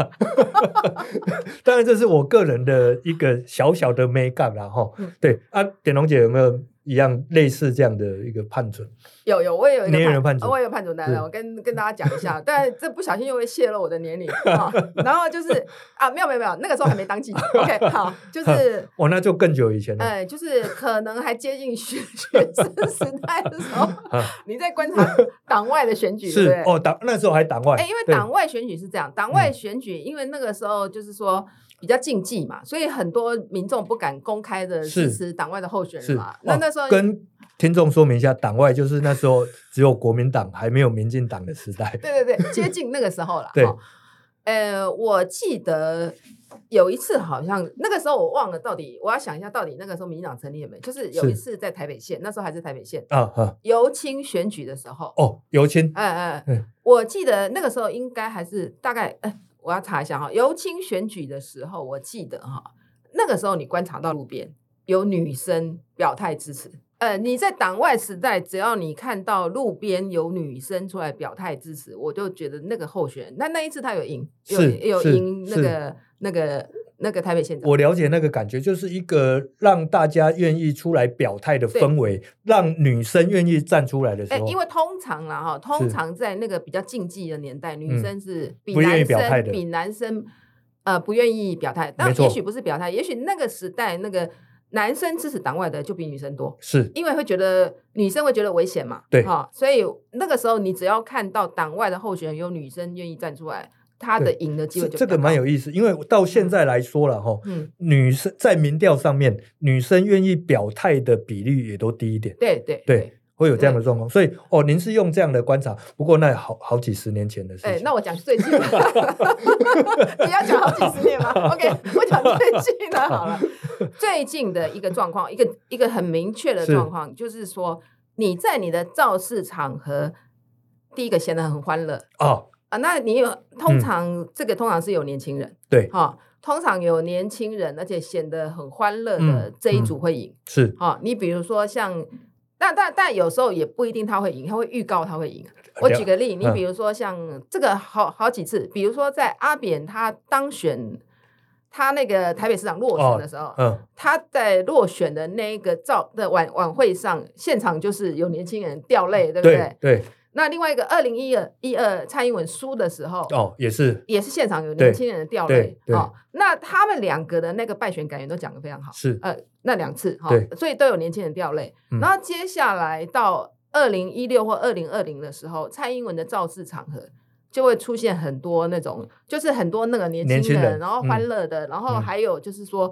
Speaker 2: 当然这是我个人的一个小小的美感啦哈
Speaker 1: 嗯。
Speaker 2: 对啊，点龙姐有没有一样类似这样的一个判准？
Speaker 1: 有有，我也有一
Speaker 2: 你也有
Speaker 1: 个
Speaker 2: 判准
Speaker 1: 我也有判准单
Speaker 2: 是
Speaker 1: 来，我跟跟大家讲一下，但这不小心又会泄露我的年龄啊。然后就是啊，没有没有没有，那个时候还没当记 者。OK，好，就是。
Speaker 2: 哦，那就更久以前了。
Speaker 1: 哎，就是可能还接近学学生时代的时候， 你在观察党外的选举，对
Speaker 2: 嗯是
Speaker 1: 不对？
Speaker 2: 哦，党那时候还党外，
Speaker 1: 哎、因为
Speaker 2: 对嗯
Speaker 1: 党外选举是这样，党外选举因为那个时候就是说比较禁忌嘛，所以很多民众不敢公开的
Speaker 2: 是
Speaker 1: 支持党外的候选人
Speaker 2: 是
Speaker 1: 嘛。那
Speaker 2: 哦
Speaker 1: 那时候、。
Speaker 2: 跟听众说明一下，党外就是那时候只有国民党还没有民进党的时代
Speaker 1: 对对对，接近那个时候了。
Speaker 2: 对
Speaker 1: 哦呃，我记得有一次好像那个时候我忘了到底，我要想一下到底那个时候民进党成立了没？就是有
Speaker 2: 是
Speaker 1: 一次在台北县，那时候还是台北县
Speaker 2: 啊啊
Speaker 1: 尤清选举的时候，
Speaker 2: 哦，尤清
Speaker 1: 嗯嗯，
Speaker 2: 嗯
Speaker 1: 我记得那个时候应该还是大概，哎、我要查一下哈。尤清选举的时候，我记得哈，那个时候你观察到路边有女生表态支持。呃，你在党外时代，只要你看到路边有女生出来表态支持，我就觉得那个候选人，那那一次他有赢，有
Speaker 2: 是
Speaker 1: 有
Speaker 2: 是
Speaker 1: 赢那
Speaker 2: 是
Speaker 1: 个那个那个台北县长。
Speaker 2: 我了解那个感觉，就是一个让大家愿意出来表态的氛围，让女生愿意站出来的时
Speaker 1: 哎、
Speaker 2: 候，
Speaker 1: 因为通常啦哈，通常在那个比较禁忌的年代，女生是比
Speaker 2: 嗯不愿意
Speaker 1: 男
Speaker 2: 表态
Speaker 1: 生
Speaker 2: 的
Speaker 1: 比男生呃不愿意表态，但
Speaker 2: 没错
Speaker 1: 也许不是表态，也许那个时代那个男生支持党外的就比女生多，
Speaker 2: 是
Speaker 1: 因为会觉得女生会觉得危险嘛，
Speaker 2: 对
Speaker 1: 哈、所以那个时候你只要看到党外的候选人有女生愿意站出来，她的
Speaker 2: 对
Speaker 1: 赢的机
Speaker 2: 这
Speaker 1: 会就
Speaker 2: 这
Speaker 1: 比较
Speaker 2: 个蛮
Speaker 1: 高
Speaker 2: 有意思，因为到现在来说了哈。
Speaker 1: 嗯，
Speaker 2: 女生在民调上面，女生愿意表态的比率也都低一点。
Speaker 1: 对对
Speaker 2: 对，会有这样的状况。所以哦，您是用这样的观察，不过那好好几十年前的事
Speaker 1: 哎、
Speaker 2: 情。
Speaker 1: 那我讲最近的， 你要讲好几十年 吗？OK，我讲最近的好了。最近的一个状况，一个一个很明确的
Speaker 2: 是
Speaker 1: 状况，就是说你在你的造势场合，第一个显得很欢乐
Speaker 2: 啊，
Speaker 1: 啊，那你有通常、这个通常是有年轻人
Speaker 2: 嗯对，
Speaker 1: 哈、通常有年轻人，而且显得很欢乐的
Speaker 2: 嗯
Speaker 1: 这一组会赢
Speaker 2: 是
Speaker 1: 哈、哦你比如说像，但但但有时候也不一定他会赢，他会预告他会赢。我举个例，你
Speaker 2: 嗯
Speaker 1: 比如说像这个好好几次，比如说在阿扁他当选他那个台北市长落选的时候，
Speaker 2: 嗯
Speaker 1: 他在落选的那一个照的晚晚会上，现场就是有年轻人掉泪，对不对？
Speaker 2: 对对
Speaker 1: 那另外一个二零一二一二蔡英文输的时候，
Speaker 2: 哦，也是
Speaker 1: 也是现场有
Speaker 2: 对
Speaker 1: 年轻人掉
Speaker 2: 对
Speaker 1: 泪
Speaker 2: 对
Speaker 1: 哦。那他们两个的那个败选感言都讲得非常好，
Speaker 2: 是
Speaker 1: 呃，那两次哈、
Speaker 2: 对
Speaker 1: 所以都有年轻人掉泪。
Speaker 2: 嗯
Speaker 1: 然后接下来到二零一六或二零二零的时候，蔡英文的造势场合。就会出现很多那种，就是很多那个年
Speaker 2: 年
Speaker 1: 轻
Speaker 2: 轻
Speaker 1: 人，
Speaker 2: 人
Speaker 1: 然后欢乐的，然后
Speaker 2: 嗯
Speaker 1: 还有就是说，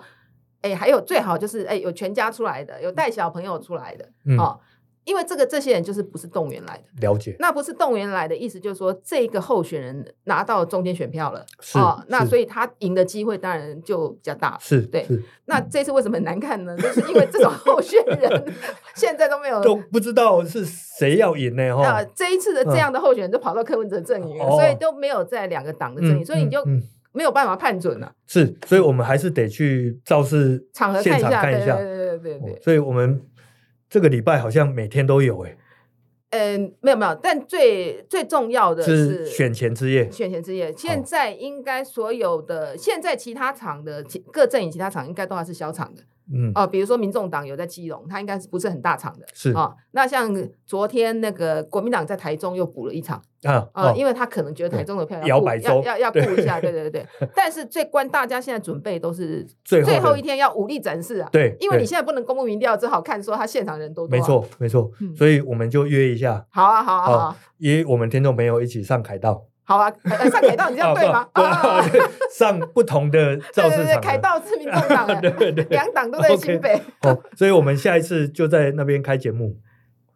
Speaker 1: 哎、还有最好就是哎、有全家出来的，有带小朋友出来的，
Speaker 2: 嗯
Speaker 1: 哦，因为这个这些人就是不是动员来的，
Speaker 2: 了解
Speaker 1: 那不是动员来的意思，就是说这个候选人拿到中间选票了
Speaker 2: 是
Speaker 1: 啊、那
Speaker 2: 是
Speaker 1: 所以他赢的机会当然就比较大。
Speaker 2: 是
Speaker 1: 对
Speaker 2: 是
Speaker 1: 那这次为什么很难看呢？就是因为这种候选 人现在都没有。
Speaker 2: 都不知道是谁要赢呢
Speaker 1: 呃那
Speaker 2: 哈，
Speaker 1: 这一次的这样的候选人就跑到柯文哲阵营了，
Speaker 2: 嗯哦
Speaker 1: 所以都没有在两个党的阵营，所以你就
Speaker 2: 嗯嗯
Speaker 1: 没有办法判准了、
Speaker 2: 是，所以我们还是得去造势
Speaker 1: 场合
Speaker 2: 现
Speaker 1: 看一
Speaker 2: 场
Speaker 1: 下，
Speaker 2: 看
Speaker 1: 对
Speaker 2: 一下
Speaker 1: 对。对对对
Speaker 2: 哦
Speaker 1: 对。
Speaker 2: 所以我们这个礼拜好像每天都有，哎，
Speaker 1: 嗯，没有没有，但最最重要的是
Speaker 2: 是选前哦之夜，
Speaker 1: 选前之夜，现在应该所有的、现在其他场的其各阵营其他场应该都还是小场的
Speaker 2: 嗯，
Speaker 1: 哦、比如说民众党有在基隆，它应该是不是很大场的
Speaker 2: 是
Speaker 1: 哦？那像昨天那个国民党在台中又补了一场
Speaker 2: 啊
Speaker 1: 啊、
Speaker 2: 哦
Speaker 1: 因为他可能觉得台中的票
Speaker 2: 摇
Speaker 1: 顾
Speaker 2: 摆
Speaker 1: 要
Speaker 2: 州
Speaker 1: 要要顾一 下，对对对对。但是最关大家现在准备都是
Speaker 2: 最
Speaker 1: 最
Speaker 2: 后
Speaker 1: 后
Speaker 2: 的
Speaker 1: 一天要武力展示啊，
Speaker 2: 对
Speaker 1: 因为你
Speaker 2: 对
Speaker 1: 现在不能公布民调，只好看说他现场人多多、啊
Speaker 2: 没，错哦没错，
Speaker 1: 嗯
Speaker 2: 所以我们就约一下，
Speaker 1: 好啊好啊好
Speaker 2: 好
Speaker 1: 啊，
Speaker 2: 约我们听众朋友一起上凯道，
Speaker 1: 好啊，呃呃上凯道你这样
Speaker 2: 啊
Speaker 1: 对吗？
Speaker 2: 不
Speaker 1: 啊啊啊啊
Speaker 2: 不 上不同的造
Speaker 1: 对
Speaker 2: 势
Speaker 1: 对
Speaker 2: 场
Speaker 1: 对，
Speaker 2: 合
Speaker 1: 凯道是民众 党的，
Speaker 2: 对对
Speaker 1: 两党都在新北。
Speaker 2: 哦，所以我们下一次就在那边开节目，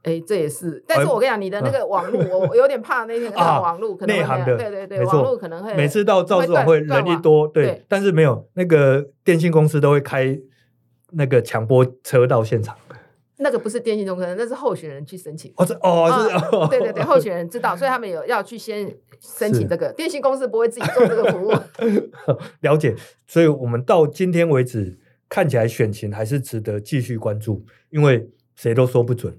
Speaker 1: 哎，这也是，但是我跟你讲，你的那个网络，我我有点怕那天
Speaker 2: 嗯啊
Speaker 1: 网络可能会
Speaker 2: 内行的
Speaker 1: 对对对，
Speaker 2: 没
Speaker 1: 网
Speaker 2: 错
Speaker 1: 络可能会
Speaker 2: 每次到造势晚
Speaker 1: 会
Speaker 2: 会
Speaker 1: 断
Speaker 2: 人一
Speaker 1: 断
Speaker 2: 多，对
Speaker 1: 对，
Speaker 2: 但是没有那个电信公司都会开那个强迫车到现场，
Speaker 1: 那个不是电信中可能那是候选人去申请。
Speaker 2: 哦是哦是
Speaker 1: 啊
Speaker 2: 哦，
Speaker 1: 对对 对，候选人知道，所以他们有要去先申
Speaker 2: 是
Speaker 1: 请这个电信公司不会自己做这个 服务。
Speaker 2: 了解，所以我们到今天为止，看起来选情还是值得继续关注，因为谁都说不准，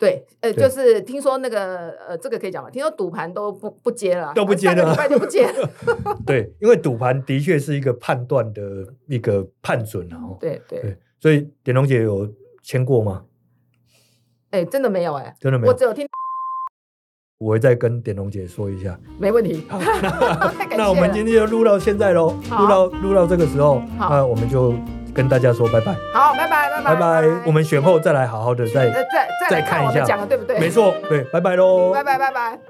Speaker 1: 对，呃，
Speaker 2: 对
Speaker 1: 就是听说那个呃，这个可以讲吗？听说赌盘都不不接了，
Speaker 2: 都不接
Speaker 1: 上个
Speaker 2: 了
Speaker 1: 礼拜就不接 了。
Speaker 2: 对，因为赌盘的确是一个判断的一个判准啊、哦，
Speaker 1: 对对，
Speaker 2: 对，所以点龙姐有签过吗？
Speaker 1: 哎，真的没有哎，
Speaker 2: 真的没
Speaker 1: 我
Speaker 2: 有，
Speaker 1: 只有听，
Speaker 2: 我会再跟点龙姐说一下。
Speaker 1: 没问题。 太感谢了
Speaker 2: 那我们今天就录到现在喽，
Speaker 1: 好嗯
Speaker 2: 录到录到这个时候，
Speaker 1: 好
Speaker 2: 那我们就跟大家说拜拜，
Speaker 1: 好，拜拜拜
Speaker 2: 拜拜，我们选后再来好好的再，
Speaker 1: 呃再再来
Speaker 2: 再看
Speaker 1: 看
Speaker 2: 一
Speaker 1: 我们
Speaker 2: 下
Speaker 1: 讲的对不对？
Speaker 2: 没错，对，拜拜喽，
Speaker 1: 拜拜拜拜。